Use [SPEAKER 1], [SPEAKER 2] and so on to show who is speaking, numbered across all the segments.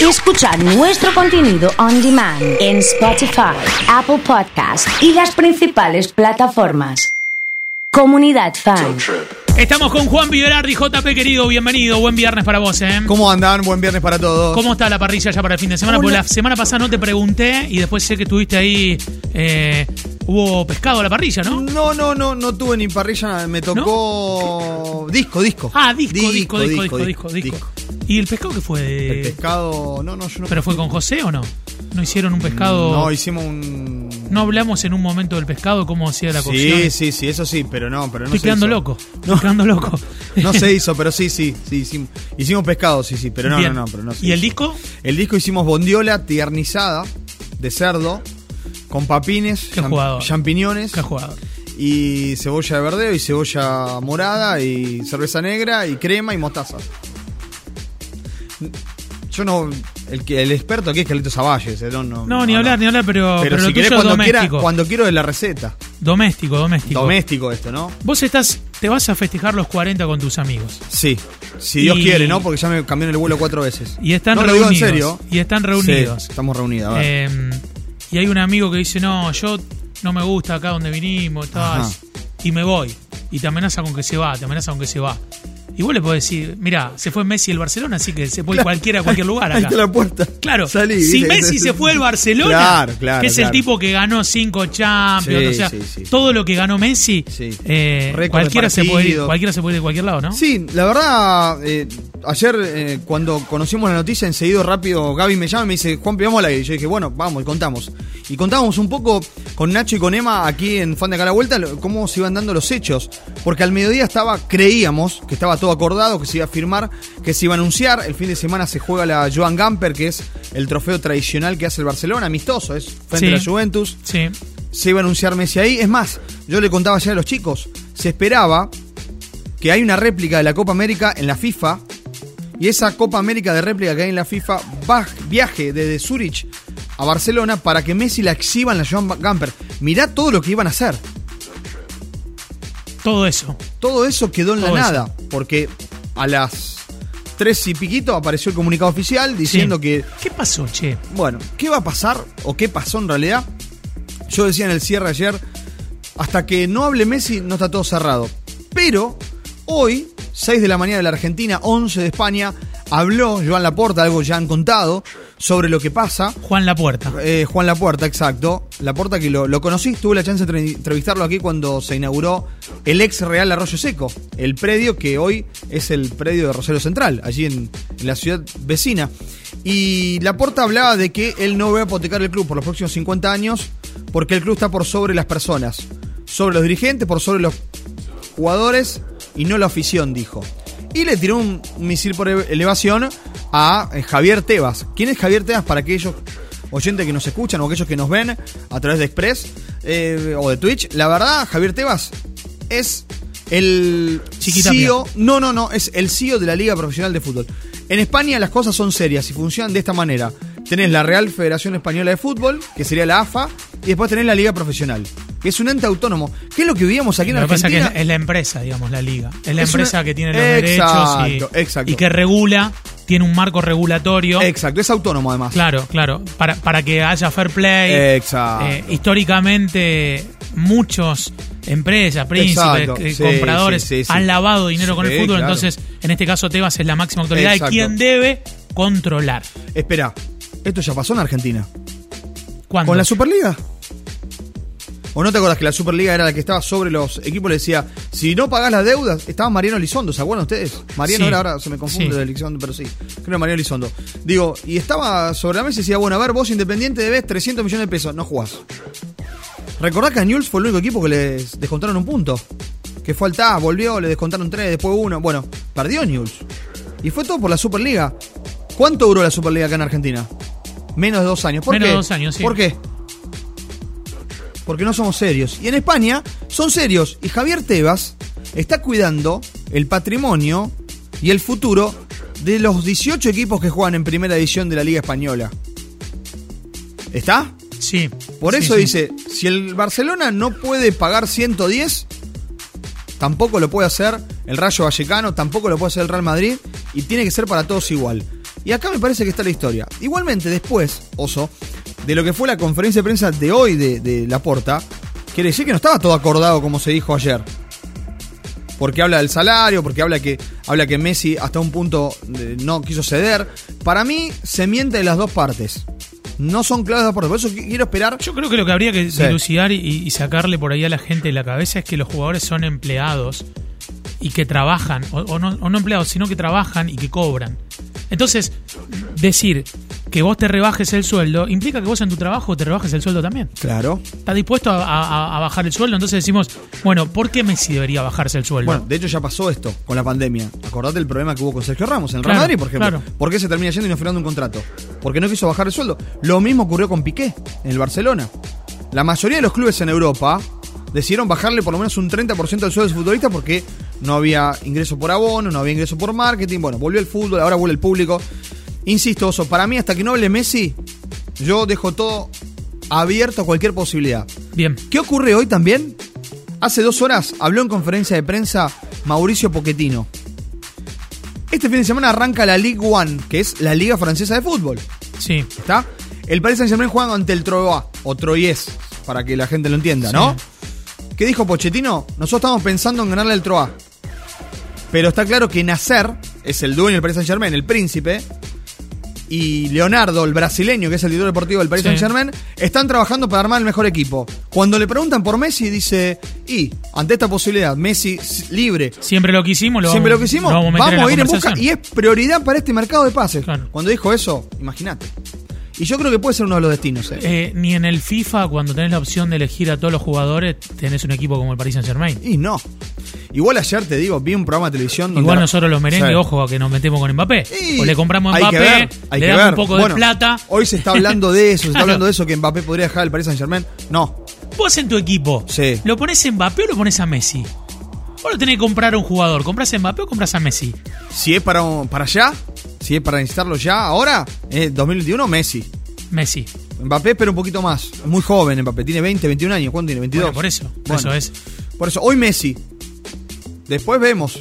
[SPEAKER 1] y escuchar nuestro contenido on demand en Spotify, Apple Podcast y las principales plataformas. Comunidad Fan.
[SPEAKER 2] Estamos con Juan Viverardi, JP querido, bienvenido, buen viernes para vos, ¿eh?
[SPEAKER 3] ¿Cómo andan? Buen viernes para todos.
[SPEAKER 2] ¿Cómo está la parrilla ya para el fin de semana? Porque la semana pasada no te pregunté y después sé que estuviste ahí, eh, hubo pescado a la parrilla, ¿no?
[SPEAKER 3] No, no, no, no tuve ni parrilla, nada. me tocó disco, disco.
[SPEAKER 2] Ah, disco, disco, disco, disco, disco, disco. ¿Y el pescado qué fue?
[SPEAKER 3] El pescado, no, no, yo no.
[SPEAKER 2] ¿Pero fue con José o no? ¿No hicieron un pescado?
[SPEAKER 3] Mm, No, hicimos un.
[SPEAKER 2] ¿No hablamos en un momento del pescado, cómo hacía la cocción.
[SPEAKER 3] Sí, sí, sí, eso sí, pero no, pero no
[SPEAKER 2] Estoy
[SPEAKER 3] se
[SPEAKER 2] quedando
[SPEAKER 3] hizo.
[SPEAKER 2] loco, estoy quedando loco.
[SPEAKER 3] No se hizo, pero sí, sí, sí, hicimos, hicimos pescado, sí, sí, pero no,
[SPEAKER 2] Bien.
[SPEAKER 3] no, no, pero no se
[SPEAKER 2] ¿Y el
[SPEAKER 3] hizo.
[SPEAKER 2] disco?
[SPEAKER 3] El disco hicimos bondiola tiernizada de cerdo con papines,
[SPEAKER 2] Qué jugador.
[SPEAKER 3] champiñones.
[SPEAKER 2] ¿Qué has jugado?
[SPEAKER 3] y cebolla de verdeo y cebolla morada y cerveza negra y crema y mostaza. Yo no. El, que, el experto aquí es Carlitos Zavalles. eh, No, no,
[SPEAKER 2] No, ni hablar, ni hablar, pero,
[SPEAKER 3] Pero,
[SPEAKER 2] pero
[SPEAKER 3] si
[SPEAKER 2] lo
[SPEAKER 3] querés,
[SPEAKER 2] tuyo es
[SPEAKER 3] cuando, quiera,
[SPEAKER 2] doméstico.
[SPEAKER 3] cuando quiero de la receta.
[SPEAKER 2] Doméstico, doméstico.
[SPEAKER 3] Doméstico esto, ¿no?
[SPEAKER 2] Vos estás, te vas a festejar los 40 con tus amigos.
[SPEAKER 3] Sí. Si Dios
[SPEAKER 2] Y-
[SPEAKER 3] quiere, ¿no? Porque ya me cambiaron el vuelo cuatro veces.
[SPEAKER 2] Y están
[SPEAKER 3] no, lo digo
[SPEAKER 2] reunidos.
[SPEAKER 3] en serio.
[SPEAKER 2] Y están
[SPEAKER 3] Sí,
[SPEAKER 2] reunidos.
[SPEAKER 3] estamos reunidos. a ver.
[SPEAKER 2] Eh, y hay un amigo que dice, no, yo no me gusta acá donde vinimos, tal,
[SPEAKER 3] Ajá.
[SPEAKER 2] y me voy. Y te amenaza con que se va, te amenaza con que se va. Y vos le podés decir, mira, se fue Messi el Barcelona, así que se puede cualquiera a cualquier lugar
[SPEAKER 3] Ahí
[SPEAKER 2] acá.
[SPEAKER 3] está la puerta.
[SPEAKER 2] Claro,
[SPEAKER 3] Salí,
[SPEAKER 2] si
[SPEAKER 3] viste,
[SPEAKER 2] Messi se fue al Barcelona,
[SPEAKER 3] Claro, claro,
[SPEAKER 2] que es el
[SPEAKER 3] claro.
[SPEAKER 2] tipo que ganó cinco Champions,
[SPEAKER 3] Sí,
[SPEAKER 2] o sea,
[SPEAKER 3] sí, sí.
[SPEAKER 2] todo lo que ganó Messi,
[SPEAKER 3] Sí.
[SPEAKER 2] eh,
[SPEAKER 3] Récord de
[SPEAKER 2] cualquiera, se puede ir,
[SPEAKER 3] partido.
[SPEAKER 2] cualquiera se puede ir de cualquier lado, ¿no?
[SPEAKER 3] Sí, la verdad, eh, ayer eh, cuando conocimos la noticia, enseguida rápido Gaby me llama y me dice, Juan, vamos al aire. Y yo dije, bueno, vamos, y contamos. Y contábamos un poco con Nacho y con Emma aquí en Fan de Acá a la Vuelta lo- cómo se iban dando los hechos. Porque al mediodía estaba, creíamos, que estaba todo acordado, que se iba a firmar, que se iba a anunciar. El fin de semana se juega la Joan Gamper, que es el trofeo tradicional que hace el Barcelona, amistoso, es frente a la
[SPEAKER 2] Sí.
[SPEAKER 3] Juventus
[SPEAKER 2] Sí.
[SPEAKER 3] se iba a anunciar Messi ahí. Es más, yo le contaba ayer a los chicos, se esperaba que hay una réplica de la Copa América en la FIFA. Y esa Copa América de réplica que hay en la FIFA va, viaje desde Zurich a Barcelona para que Messi la exhiba en la Joan Gamper. Mirá todo lo que iban a hacer.
[SPEAKER 2] Todo eso.
[SPEAKER 3] Todo eso quedó en la
[SPEAKER 2] Todo eso.
[SPEAKER 3] nada. Porque a las tres y piquito apareció el comunicado oficial diciendo
[SPEAKER 2] Sí.
[SPEAKER 3] que
[SPEAKER 2] ¿Qué pasó, che?
[SPEAKER 3] Bueno, ¿qué va a pasar o qué pasó en realidad? Yo decía en el cierre ayer, hasta que no hable Messi no está todo cerrado. Pero hoy, 6 de la mañana de la Argentina, 11 de España, habló Joan Laporta, algo ya han contado, sobre lo que pasa.
[SPEAKER 2] Juan Lapuerta.
[SPEAKER 3] Eh, Juan Laporta, exacto. Laporta que lo, lo conocí, tuve la chance de tre- entrevistarlo aquí cuando se inauguró el ex Real Arroyo Seco, el predio que hoy es el predio de Rosario Central, allí en, en la ciudad vecina. Y Laporta hablaba de que él no va a apotecar el club por los próximos 50 años porque el club está por sobre las personas, sobre los dirigentes, por sobre los jugadores y no la afición, dijo. Y le tiró un misil por ev- elevación a eh, Javier Tebas. ¿Quién es Javier Tebas para aquellos oyentes que nos escuchan o aquellos que nos ven a través de Express eh, o de Twitch? La verdad, Javier Tebas es el
[SPEAKER 2] Chiquitapia.
[SPEAKER 3] CEO no, no, no, es el CEO de la Liga Profesional de Fútbol. En España las cosas son serias y funcionan de esta manera. Tenés la Real Federación Española de Fútbol, que sería la AFA, y después tenés la Liga Profesional, que es un ente autónomo. ¿Qué es lo que vivíamos aquí en
[SPEAKER 2] Lo que pasa es
[SPEAKER 3] Argentina?
[SPEAKER 2] que es- es la empresa, digamos, la liga. Es la
[SPEAKER 3] Es
[SPEAKER 2] empresa
[SPEAKER 3] una-
[SPEAKER 2] que tiene los
[SPEAKER 3] Exacto,
[SPEAKER 2] derechos y,
[SPEAKER 3] exacto.
[SPEAKER 2] y que regula, tiene un marco regulatorio.
[SPEAKER 3] Exacto, es autónomo además.
[SPEAKER 2] Claro, claro. Para, para que haya fair play.
[SPEAKER 3] Exacto.
[SPEAKER 2] Eh, históricamente, muchos empresas, príncipes,
[SPEAKER 3] Exacto,
[SPEAKER 2] eh,
[SPEAKER 3] sí,
[SPEAKER 2] compradores
[SPEAKER 3] sí, sí, sí.
[SPEAKER 2] han lavado dinero con el
[SPEAKER 3] Sí,
[SPEAKER 2] fútbol.
[SPEAKER 3] claro.
[SPEAKER 2] Entonces, en este caso, Tebas es la máxima autoridad
[SPEAKER 3] Exacto.
[SPEAKER 2] de quien debe controlar.
[SPEAKER 3] Espera, esto ya pasó en Argentina.
[SPEAKER 2] ¿Cuándo?
[SPEAKER 3] ¿Con la Superliga? ¿O no te acordás que la Superliga era la que estaba sobre los equipos? Le decía, si no pagás las deudas, estaba Mariano Lizondo, ¿se acuerdan ustedes? Mariano
[SPEAKER 2] Sí.
[SPEAKER 3] era ahora, se me confunde
[SPEAKER 2] Sí.
[SPEAKER 3] de Lizondo, pero sí, creo que era Mariano Lizondo. Digo, y estaba sobre la mesa y decía, bueno, a ver, vos independiente debes 300 millones de pesos, no jugás. Recordá que a Newell's fue el único equipo que les descontaron un punto. Que fue al TAS, volvió, le descontaron tres, después uno. Bueno, perdió Newell's. Y fue todo por la Superliga. ¿Cuánto duró la Superliga acá en Argentina? Menos de dos años. ¿Por
[SPEAKER 2] Menos
[SPEAKER 3] qué?
[SPEAKER 2] de dos años, sí.
[SPEAKER 3] ¿Por qué? Porque no somos serios. Y en España son serios. Y Javier Tebas está cuidando el patrimonio y el futuro de los 18 equipos que juegan en primera edición de la Liga Española. ¿Está?
[SPEAKER 2] Sí.
[SPEAKER 3] Por
[SPEAKER 2] Sí,
[SPEAKER 3] eso
[SPEAKER 2] sí.
[SPEAKER 3] dice, si el Barcelona no puede pagar 110, tampoco lo puede hacer el Rayo Vallecano, tampoco lo puede hacer el Real Madrid, y tiene que ser para todos igual. Y acá me parece que está la historia. Igualmente, después, Oso, de lo que fue la conferencia de prensa de hoy de, de Laporta, quiere decir que no estaba todo acordado como se dijo ayer. Porque habla del salario, porque habla que, habla que Messi hasta un punto eh, no quiso ceder. Para mí, se miente de las dos partes. No son claras las dos partes. Por eso qui- quiero esperar.
[SPEAKER 2] Yo creo que lo que habría que
[SPEAKER 3] Sí.
[SPEAKER 2] dilucidar y, y sacarle por ahí a la gente de la cabeza es que los jugadores son empleados y que trabajan, o, o no, o no empleados, sino que trabajan y que cobran. Entonces, decir que vos te rebajes el sueldo implica que vos en tu trabajo te rebajes el sueldo también.
[SPEAKER 3] Claro.
[SPEAKER 2] Está dispuesto a, a- a bajar el sueldo, entonces decimos, bueno, ¿por qué Messi debería bajarse el sueldo?
[SPEAKER 3] Bueno, de hecho ya pasó esto con la pandemia. Acordate el problema que hubo con Sergio Ramos en el Real
[SPEAKER 2] Claro,
[SPEAKER 3] Madrid, por ejemplo.
[SPEAKER 2] claro.
[SPEAKER 3] ¿Por qué se termina yendo y no firmando un contrato? Porque no quiso bajar el sueldo. Lo mismo ocurrió con Piqué en el Barcelona. La mayoría de los clubes en Europa decidieron bajarle por lo menos un 30% del sueldo de su futbolista porque no había ingreso por abono, no había ingreso por marketing. Bueno, volvió el fútbol, ahora vuelve el público. Insisto, Oso, para mí hasta que no hable Messi, yo dejo todo abierto a cualquier posibilidad.
[SPEAKER 2] Bien.
[SPEAKER 3] ¿Qué ocurre hoy también? Hace dos horas habló en conferencia de prensa Mauricio Pochettino. Este fin de semana arranca la Ligue One, que es la liga francesa de fútbol.
[SPEAKER 2] Sí,
[SPEAKER 3] ¿Está? El Paris Saint Germain juega ante el Troyes, o Troyes, para que la gente lo entienda, ¿no? ¿Qué dijo Pochettino? Nosotros estamos pensando en ganarle al Troyes. Pero está claro que Nasser es el dueño del Paris Saint Germain, el príncipe. Y Leonardo, el brasileño, que es el director deportivo del Paris
[SPEAKER 2] Sí.
[SPEAKER 3] Saint Germain, están trabajando para armar el mejor equipo. Cuando le preguntan por Messi, dice, y ante esta posibilidad, Messi s- libre,
[SPEAKER 2] siempre lo que hicimos, lo
[SPEAKER 3] siempre lo
[SPEAKER 2] vamos,
[SPEAKER 3] que hicimos,
[SPEAKER 2] lo vamos a
[SPEAKER 3] vamos,
[SPEAKER 2] meter
[SPEAKER 3] a ir
[SPEAKER 2] la
[SPEAKER 3] en busca.
[SPEAKER 2] conversación.
[SPEAKER 3] Y es prioridad para este mercado de pases.
[SPEAKER 2] Claro.
[SPEAKER 3] Cuando dijo eso, imagínate. Y yo creo que puede ser uno de los destinos. eh.
[SPEAKER 2] Eh, ni en el FIFA, cuando tenés la opción de elegir a todos los jugadores, tenés un equipo como el Paris Saint Germain.
[SPEAKER 3] Y no. Igual ayer te digo, vi un programa de televisión. donde-
[SPEAKER 2] Igual nosotros los merengues,
[SPEAKER 3] Sí.
[SPEAKER 2] ojo, a que nos metemos con Mbappé.
[SPEAKER 3] Y
[SPEAKER 2] o le compramos a
[SPEAKER 3] hay que
[SPEAKER 2] Mbappé,
[SPEAKER 3] ver, hay
[SPEAKER 2] le
[SPEAKER 3] que
[SPEAKER 2] damos
[SPEAKER 3] ver.
[SPEAKER 2] un poco
[SPEAKER 3] Bueno,
[SPEAKER 2] de plata.
[SPEAKER 3] Hoy se está hablando de eso, se está
[SPEAKER 2] Claro.
[SPEAKER 3] hablando de eso, que Mbappé podría dejar el Paris Saint Germain. No.
[SPEAKER 2] Vos en tu equipo,
[SPEAKER 3] Sí.
[SPEAKER 2] ¿lo pones a Mbappé o lo pones a Messi? Vos lo tenés que comprar a un jugador. ¿Compras a Mbappé o compras a Messi?
[SPEAKER 3] Si es para, un- para allá, si es para necesitarlo ya, ahora, eh, 2021, Messi.
[SPEAKER 2] Messi.
[SPEAKER 3] Mbappé espera un poquito más. Muy joven Mbappé, tiene 20, 21 años. ¿Cuánto tiene? 22.
[SPEAKER 2] Bueno, por eso,
[SPEAKER 3] Bueno,
[SPEAKER 2] eso es.
[SPEAKER 3] Por eso, hoy Messi. Después vemos.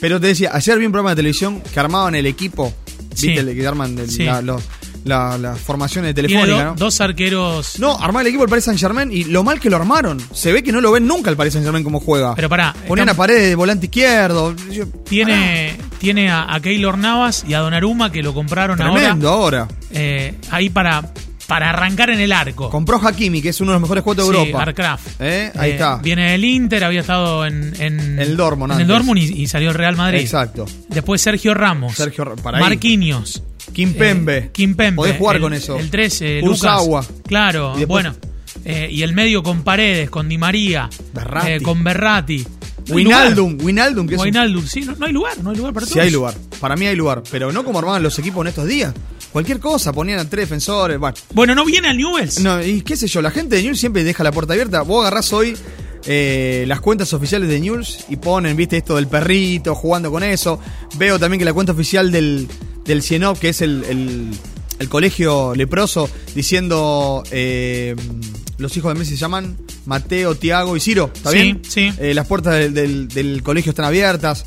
[SPEAKER 3] Pero te decía, ayer vi un programa de televisión que armaban el equipo.
[SPEAKER 2] Sí.
[SPEAKER 3] ¿Viste? el Que arman el-
[SPEAKER 2] Sí.
[SPEAKER 3] la, lo- la- las formaciones
[SPEAKER 2] Tiene
[SPEAKER 3] telefónicas,
[SPEAKER 2] do-
[SPEAKER 3] ¿no?
[SPEAKER 2] dos arqueros.
[SPEAKER 3] No, armar el equipo del Paris Saint Germain y lo mal que lo armaron. Se ve que no lo ven nunca el Paris Saint Germain como juega.
[SPEAKER 2] Pero pará,
[SPEAKER 3] Ponían a
[SPEAKER 2] estamos-
[SPEAKER 3] pared de volante izquierdo. Yo-
[SPEAKER 2] Tiene, tiene a, a Keylor Navas y a Donnarumma que lo compraron
[SPEAKER 3] Tremendo
[SPEAKER 2] ahora.
[SPEAKER 3] ahora.
[SPEAKER 2] eh, ahí para, para arrancar en el arco.
[SPEAKER 3] Compró Hakimi, que es uno de los mejores cuatro de
[SPEAKER 2] Sí,
[SPEAKER 3] Europa.
[SPEAKER 2] Arcraft.
[SPEAKER 3] ¿Eh? Ahí
[SPEAKER 2] Eh,
[SPEAKER 3] está.
[SPEAKER 2] Viene del Inter, había estado en, en
[SPEAKER 3] El Dortmund
[SPEAKER 2] en el
[SPEAKER 3] antes.
[SPEAKER 2] Dortmund y, y salió el Real Madrid.
[SPEAKER 3] Exacto.
[SPEAKER 2] Después Sergio Ramos.
[SPEAKER 3] Sergio Ra- para ahí.
[SPEAKER 2] Marquinhos.
[SPEAKER 3] Kimpembe.
[SPEAKER 2] Eh, Kimpembe.
[SPEAKER 3] Podés jugar
[SPEAKER 2] El-
[SPEAKER 3] con eso.
[SPEAKER 2] El 13,
[SPEAKER 3] Kurzawa.
[SPEAKER 2] Lucas. Claro,
[SPEAKER 3] Y después-
[SPEAKER 2] bueno. Eh, y el medio con Paredes, con Di María.
[SPEAKER 3] Berratti.
[SPEAKER 2] eh, con Berratti. No hay
[SPEAKER 3] Winaldum, Winaldum, que
[SPEAKER 2] lugar.
[SPEAKER 3] es un-
[SPEAKER 2] Wijnaldum, sí, no, no hay lugar, no hay lugar para
[SPEAKER 3] Sí
[SPEAKER 2] todos.
[SPEAKER 3] hay lugar. Para mí hay lugar. Pero no como armaban los equipos en estos días. Cualquier cosa, ponían a tres defensores. Bueno,
[SPEAKER 2] Bueno, no viene al Newells.
[SPEAKER 3] No, y qué sé yo, la gente de News siempre deja la puerta abierta. Vos agarrás hoy eh, las cuentas oficiales de News y ponen, viste, esto del perrito, jugando con eso. Veo también que la cuenta oficial del, del CIENOP, que es el, el- el colegio leproso, diciendo eh, los hijos de Messi se llaman Mateo, Tiago y Ciro, ¿está
[SPEAKER 2] Sí,
[SPEAKER 3] bien?
[SPEAKER 2] sí.
[SPEAKER 3] Eh, las puertas del, del- del colegio están abiertas.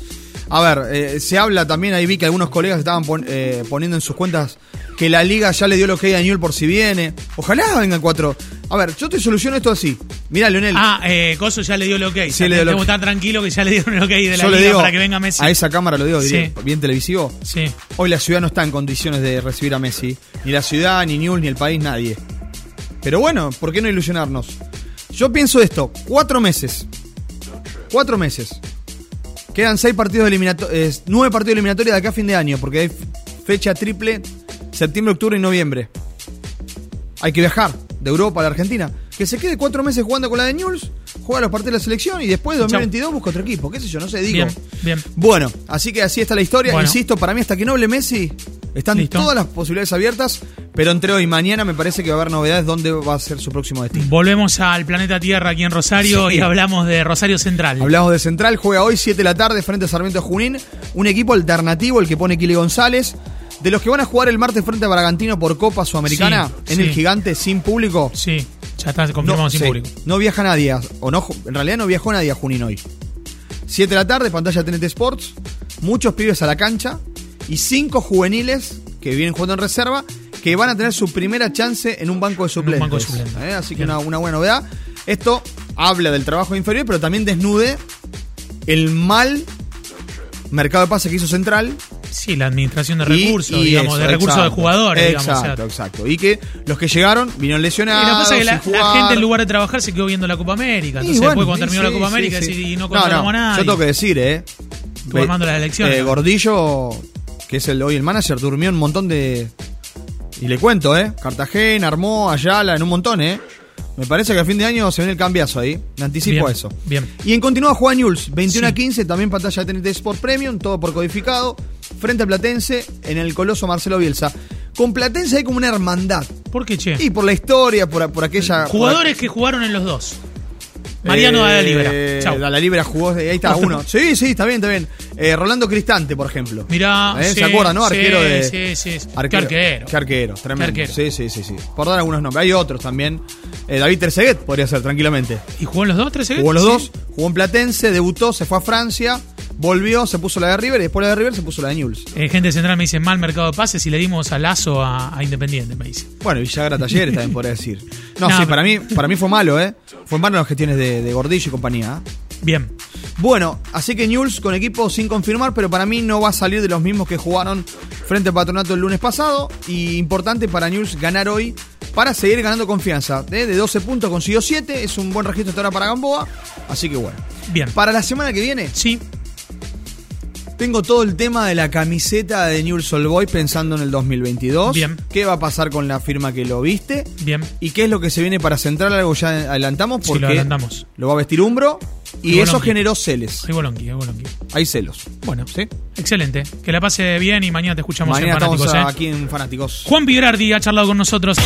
[SPEAKER 3] A ver, eh, se habla también, ahí vi que algunos colegas estaban pon- eh, poniendo en sus cuentas que la liga ya le dio lo que hay a Newell por si viene. Ojalá vengan cuatro. A ver, yo te soluciono esto así. Mira, Leonel,
[SPEAKER 2] Ah, eh, Coso ya le dio el ok.
[SPEAKER 3] Sí, le dio el
[SPEAKER 2] Tengo
[SPEAKER 3] ok.
[SPEAKER 2] que estar tranquilo que ya le dieron el ok de la
[SPEAKER 3] yo le
[SPEAKER 2] liga
[SPEAKER 3] digo
[SPEAKER 2] para que venga Messi.
[SPEAKER 3] a esa cámara, lo digo diré,
[SPEAKER 2] Sí.
[SPEAKER 3] bien televisivo.
[SPEAKER 2] Sí.
[SPEAKER 3] Hoy la ciudad no está en condiciones de recibir a Messi. Ni la ciudad, ni Newell, ni el país, nadie. Pero bueno, ¿por qué no ilusionarnos? Yo pienso esto, cuatro meses. Cuatro meses. Quedan seis partidos eliminatorios, nueve partidos eliminatorios de acá a fin de año, porque hay f- fecha triple, septiembre, octubre y noviembre. Hay que viajar de Europa a la Argentina. Que se quede cuatro meses jugando con la de Newell's, juega los partidos de la selección y después de
[SPEAKER 2] Chau.
[SPEAKER 3] 2022 busca otro equipo. ¿Qué sé yo? No sé, digo.
[SPEAKER 2] Bien, bien.
[SPEAKER 3] Bueno, así que así está la historia.
[SPEAKER 2] Bueno.
[SPEAKER 3] Insisto, para mí hasta que no hable Messi, están
[SPEAKER 2] Listo.
[SPEAKER 3] todas las posibilidades abiertas, pero entre hoy y mañana me parece que va a haber novedades dónde va a ser su próximo destino.
[SPEAKER 2] Volvemos al planeta Tierra aquí en Rosario
[SPEAKER 3] Sí.
[SPEAKER 2] y hablamos de Rosario Central.
[SPEAKER 3] Hablamos de Central, juega hoy 7 de la tarde frente a Sarmiento Junín, un equipo alternativo, el que pone Kili González, de los que van a jugar el martes frente a Bragantino por Copa Sudamericana
[SPEAKER 2] Sí,
[SPEAKER 3] en
[SPEAKER 2] sí.
[SPEAKER 3] el gigante sin público.
[SPEAKER 2] Sí, ya está confirmado
[SPEAKER 3] No,
[SPEAKER 2] sin
[SPEAKER 3] sí,
[SPEAKER 2] público.
[SPEAKER 3] no viaja nadie, a- o no, ju- en realidad no viajó nadie a Junín hoy. 7 de la tarde, pantalla TNT Sports, muchos pibes a la cancha y cinco juveniles que vienen jugando en reserva que van a tener su primera chance en un banco de suplentes.
[SPEAKER 2] banco de suplentes.
[SPEAKER 3] ¿eh? Así que
[SPEAKER 2] Bien.
[SPEAKER 3] una, una buena novedad. Esto habla del trabajo inferior, pero también desnude el mal mercado de pase que hizo Central
[SPEAKER 2] Sí, la administración de
[SPEAKER 3] y-
[SPEAKER 2] recursos,
[SPEAKER 3] y
[SPEAKER 2] digamos,
[SPEAKER 3] eso,
[SPEAKER 2] de recursos
[SPEAKER 3] exacto.
[SPEAKER 2] de jugadores,
[SPEAKER 3] Exacto,
[SPEAKER 2] digamos. o sea,
[SPEAKER 3] exacto. Y que los que llegaron vinieron
[SPEAKER 2] Y
[SPEAKER 3] lesionados.
[SPEAKER 2] la cosa es que la,
[SPEAKER 3] sin
[SPEAKER 2] la
[SPEAKER 3] jugar.
[SPEAKER 2] gente en lugar de trabajar se quedó viendo la Copa América. Entonces
[SPEAKER 3] Y bueno,
[SPEAKER 2] después cuando
[SPEAKER 3] sí,
[SPEAKER 2] terminó la
[SPEAKER 3] sí,
[SPEAKER 2] Copa
[SPEAKER 3] sí,
[SPEAKER 2] América
[SPEAKER 3] sí.
[SPEAKER 2] decís, y no contratamos a nadie.
[SPEAKER 3] Yo tengo que decir, ¿eh?
[SPEAKER 2] Estuvo armando las elecciones.
[SPEAKER 3] eh, Gordillo, que es el hoy el manager, durmió en un montón de. Y le cuento, ¿eh? Cartagena, armó Ayala, en un montón, ¿eh? Me parece que a fin de año se viene el cambiazo ahí. Me anticipo
[SPEAKER 2] Bien,
[SPEAKER 3] eso.
[SPEAKER 2] bien.
[SPEAKER 3] Y en continuo Juan Jules, 21 a
[SPEAKER 2] Sí.
[SPEAKER 3] 15, también pantalla de TNT Sport Premium, todo por codificado. Frente a Platense, en el coloso Marcelo Bielsa. Con Platense hay como una hermandad.
[SPEAKER 2] ¿Por qué, che?
[SPEAKER 3] Y por la historia, por, por aquella. por
[SPEAKER 2] Eh. Jugadores que jugaron en los dos. Mariano
[SPEAKER 3] eh,
[SPEAKER 2] de la Libera. Chau.
[SPEAKER 3] Da la Libera jugó, eh, ahí está, uno. Sí, sí, está bien, está bien. Eh, Rolando Cristante, por ejemplo.
[SPEAKER 2] Mirá,
[SPEAKER 3] Eh,
[SPEAKER 2] sí,
[SPEAKER 3] ¿Se acuerda, no? Arquero
[SPEAKER 2] sí,
[SPEAKER 3] de.
[SPEAKER 2] sí, sí, sí.
[SPEAKER 3] Arquero.
[SPEAKER 2] Qué arquero.
[SPEAKER 3] Qué arquero, tremendo.
[SPEAKER 2] Qué arquero.
[SPEAKER 3] Sí, sí, sí, sí. Por dar algunos nombres. Hay otros también. Eh, David Terceguet podría ser, tranquilamente.
[SPEAKER 2] ¿Y jugó en los dos, tres
[SPEAKER 3] Jugó en los
[SPEAKER 2] Sí.
[SPEAKER 3] dos, jugó en Platense, debutó, se fue a Francia, volvió, se puso la de River y después la de River se puso la de Newell's.
[SPEAKER 2] Eh, gente central me dice mal mercado de pases y le dimos a Lazo a, a Independiente, me dice.
[SPEAKER 3] Bueno, Villagra Talleres también podría decir.
[SPEAKER 2] No,
[SPEAKER 3] No, sí,
[SPEAKER 2] pero-
[SPEAKER 3] para mí, para mí fue malo, ¿eh? Fue malo las gestiones de, de Gordillo y compañía. ¿eh?
[SPEAKER 2] Bien.
[SPEAKER 3] Bueno, así que Newell's con equipo sin confirmar, pero para mí no va a salir de los mismos que jugaron frente a Patronato el lunes pasado. Y importante para Newell's ganar hoy para seguir ganando confianza. ¿eh? De 12 puntos consiguió 7, es un buen registro hasta ahora para Gamboa. Así que bueno.
[SPEAKER 2] Bien.
[SPEAKER 3] Para la semana que viene
[SPEAKER 2] Sí,
[SPEAKER 3] tengo todo el tema de la camiseta de Newell's Old Boys pensando en el 2022.
[SPEAKER 2] Bien.
[SPEAKER 3] ¿Qué va a pasar con la firma que lo viste?
[SPEAKER 2] bien.
[SPEAKER 3] ¿Y qué es lo que se viene para Central? Algo ya adelantamos
[SPEAKER 2] Sí,
[SPEAKER 3] porque
[SPEAKER 2] lo adelantamos.
[SPEAKER 3] lo va a vestir Umbro y,
[SPEAKER 2] Y
[SPEAKER 3] eso
[SPEAKER 2] Bolonqui.
[SPEAKER 3] generó celos.
[SPEAKER 2] Soy Bolonqui, soy Bolonqui.
[SPEAKER 3] Hay celos.
[SPEAKER 2] Bueno,
[SPEAKER 3] ¿Sí?
[SPEAKER 2] excelente. Que la pase bien y mañana te escuchamos
[SPEAKER 3] Mañana
[SPEAKER 2] en Fanáticos.
[SPEAKER 3] estamos
[SPEAKER 2] ¿eh?
[SPEAKER 3] aquí en Fanáticos.
[SPEAKER 2] Juan Pigrardi ha charlado con nosotros.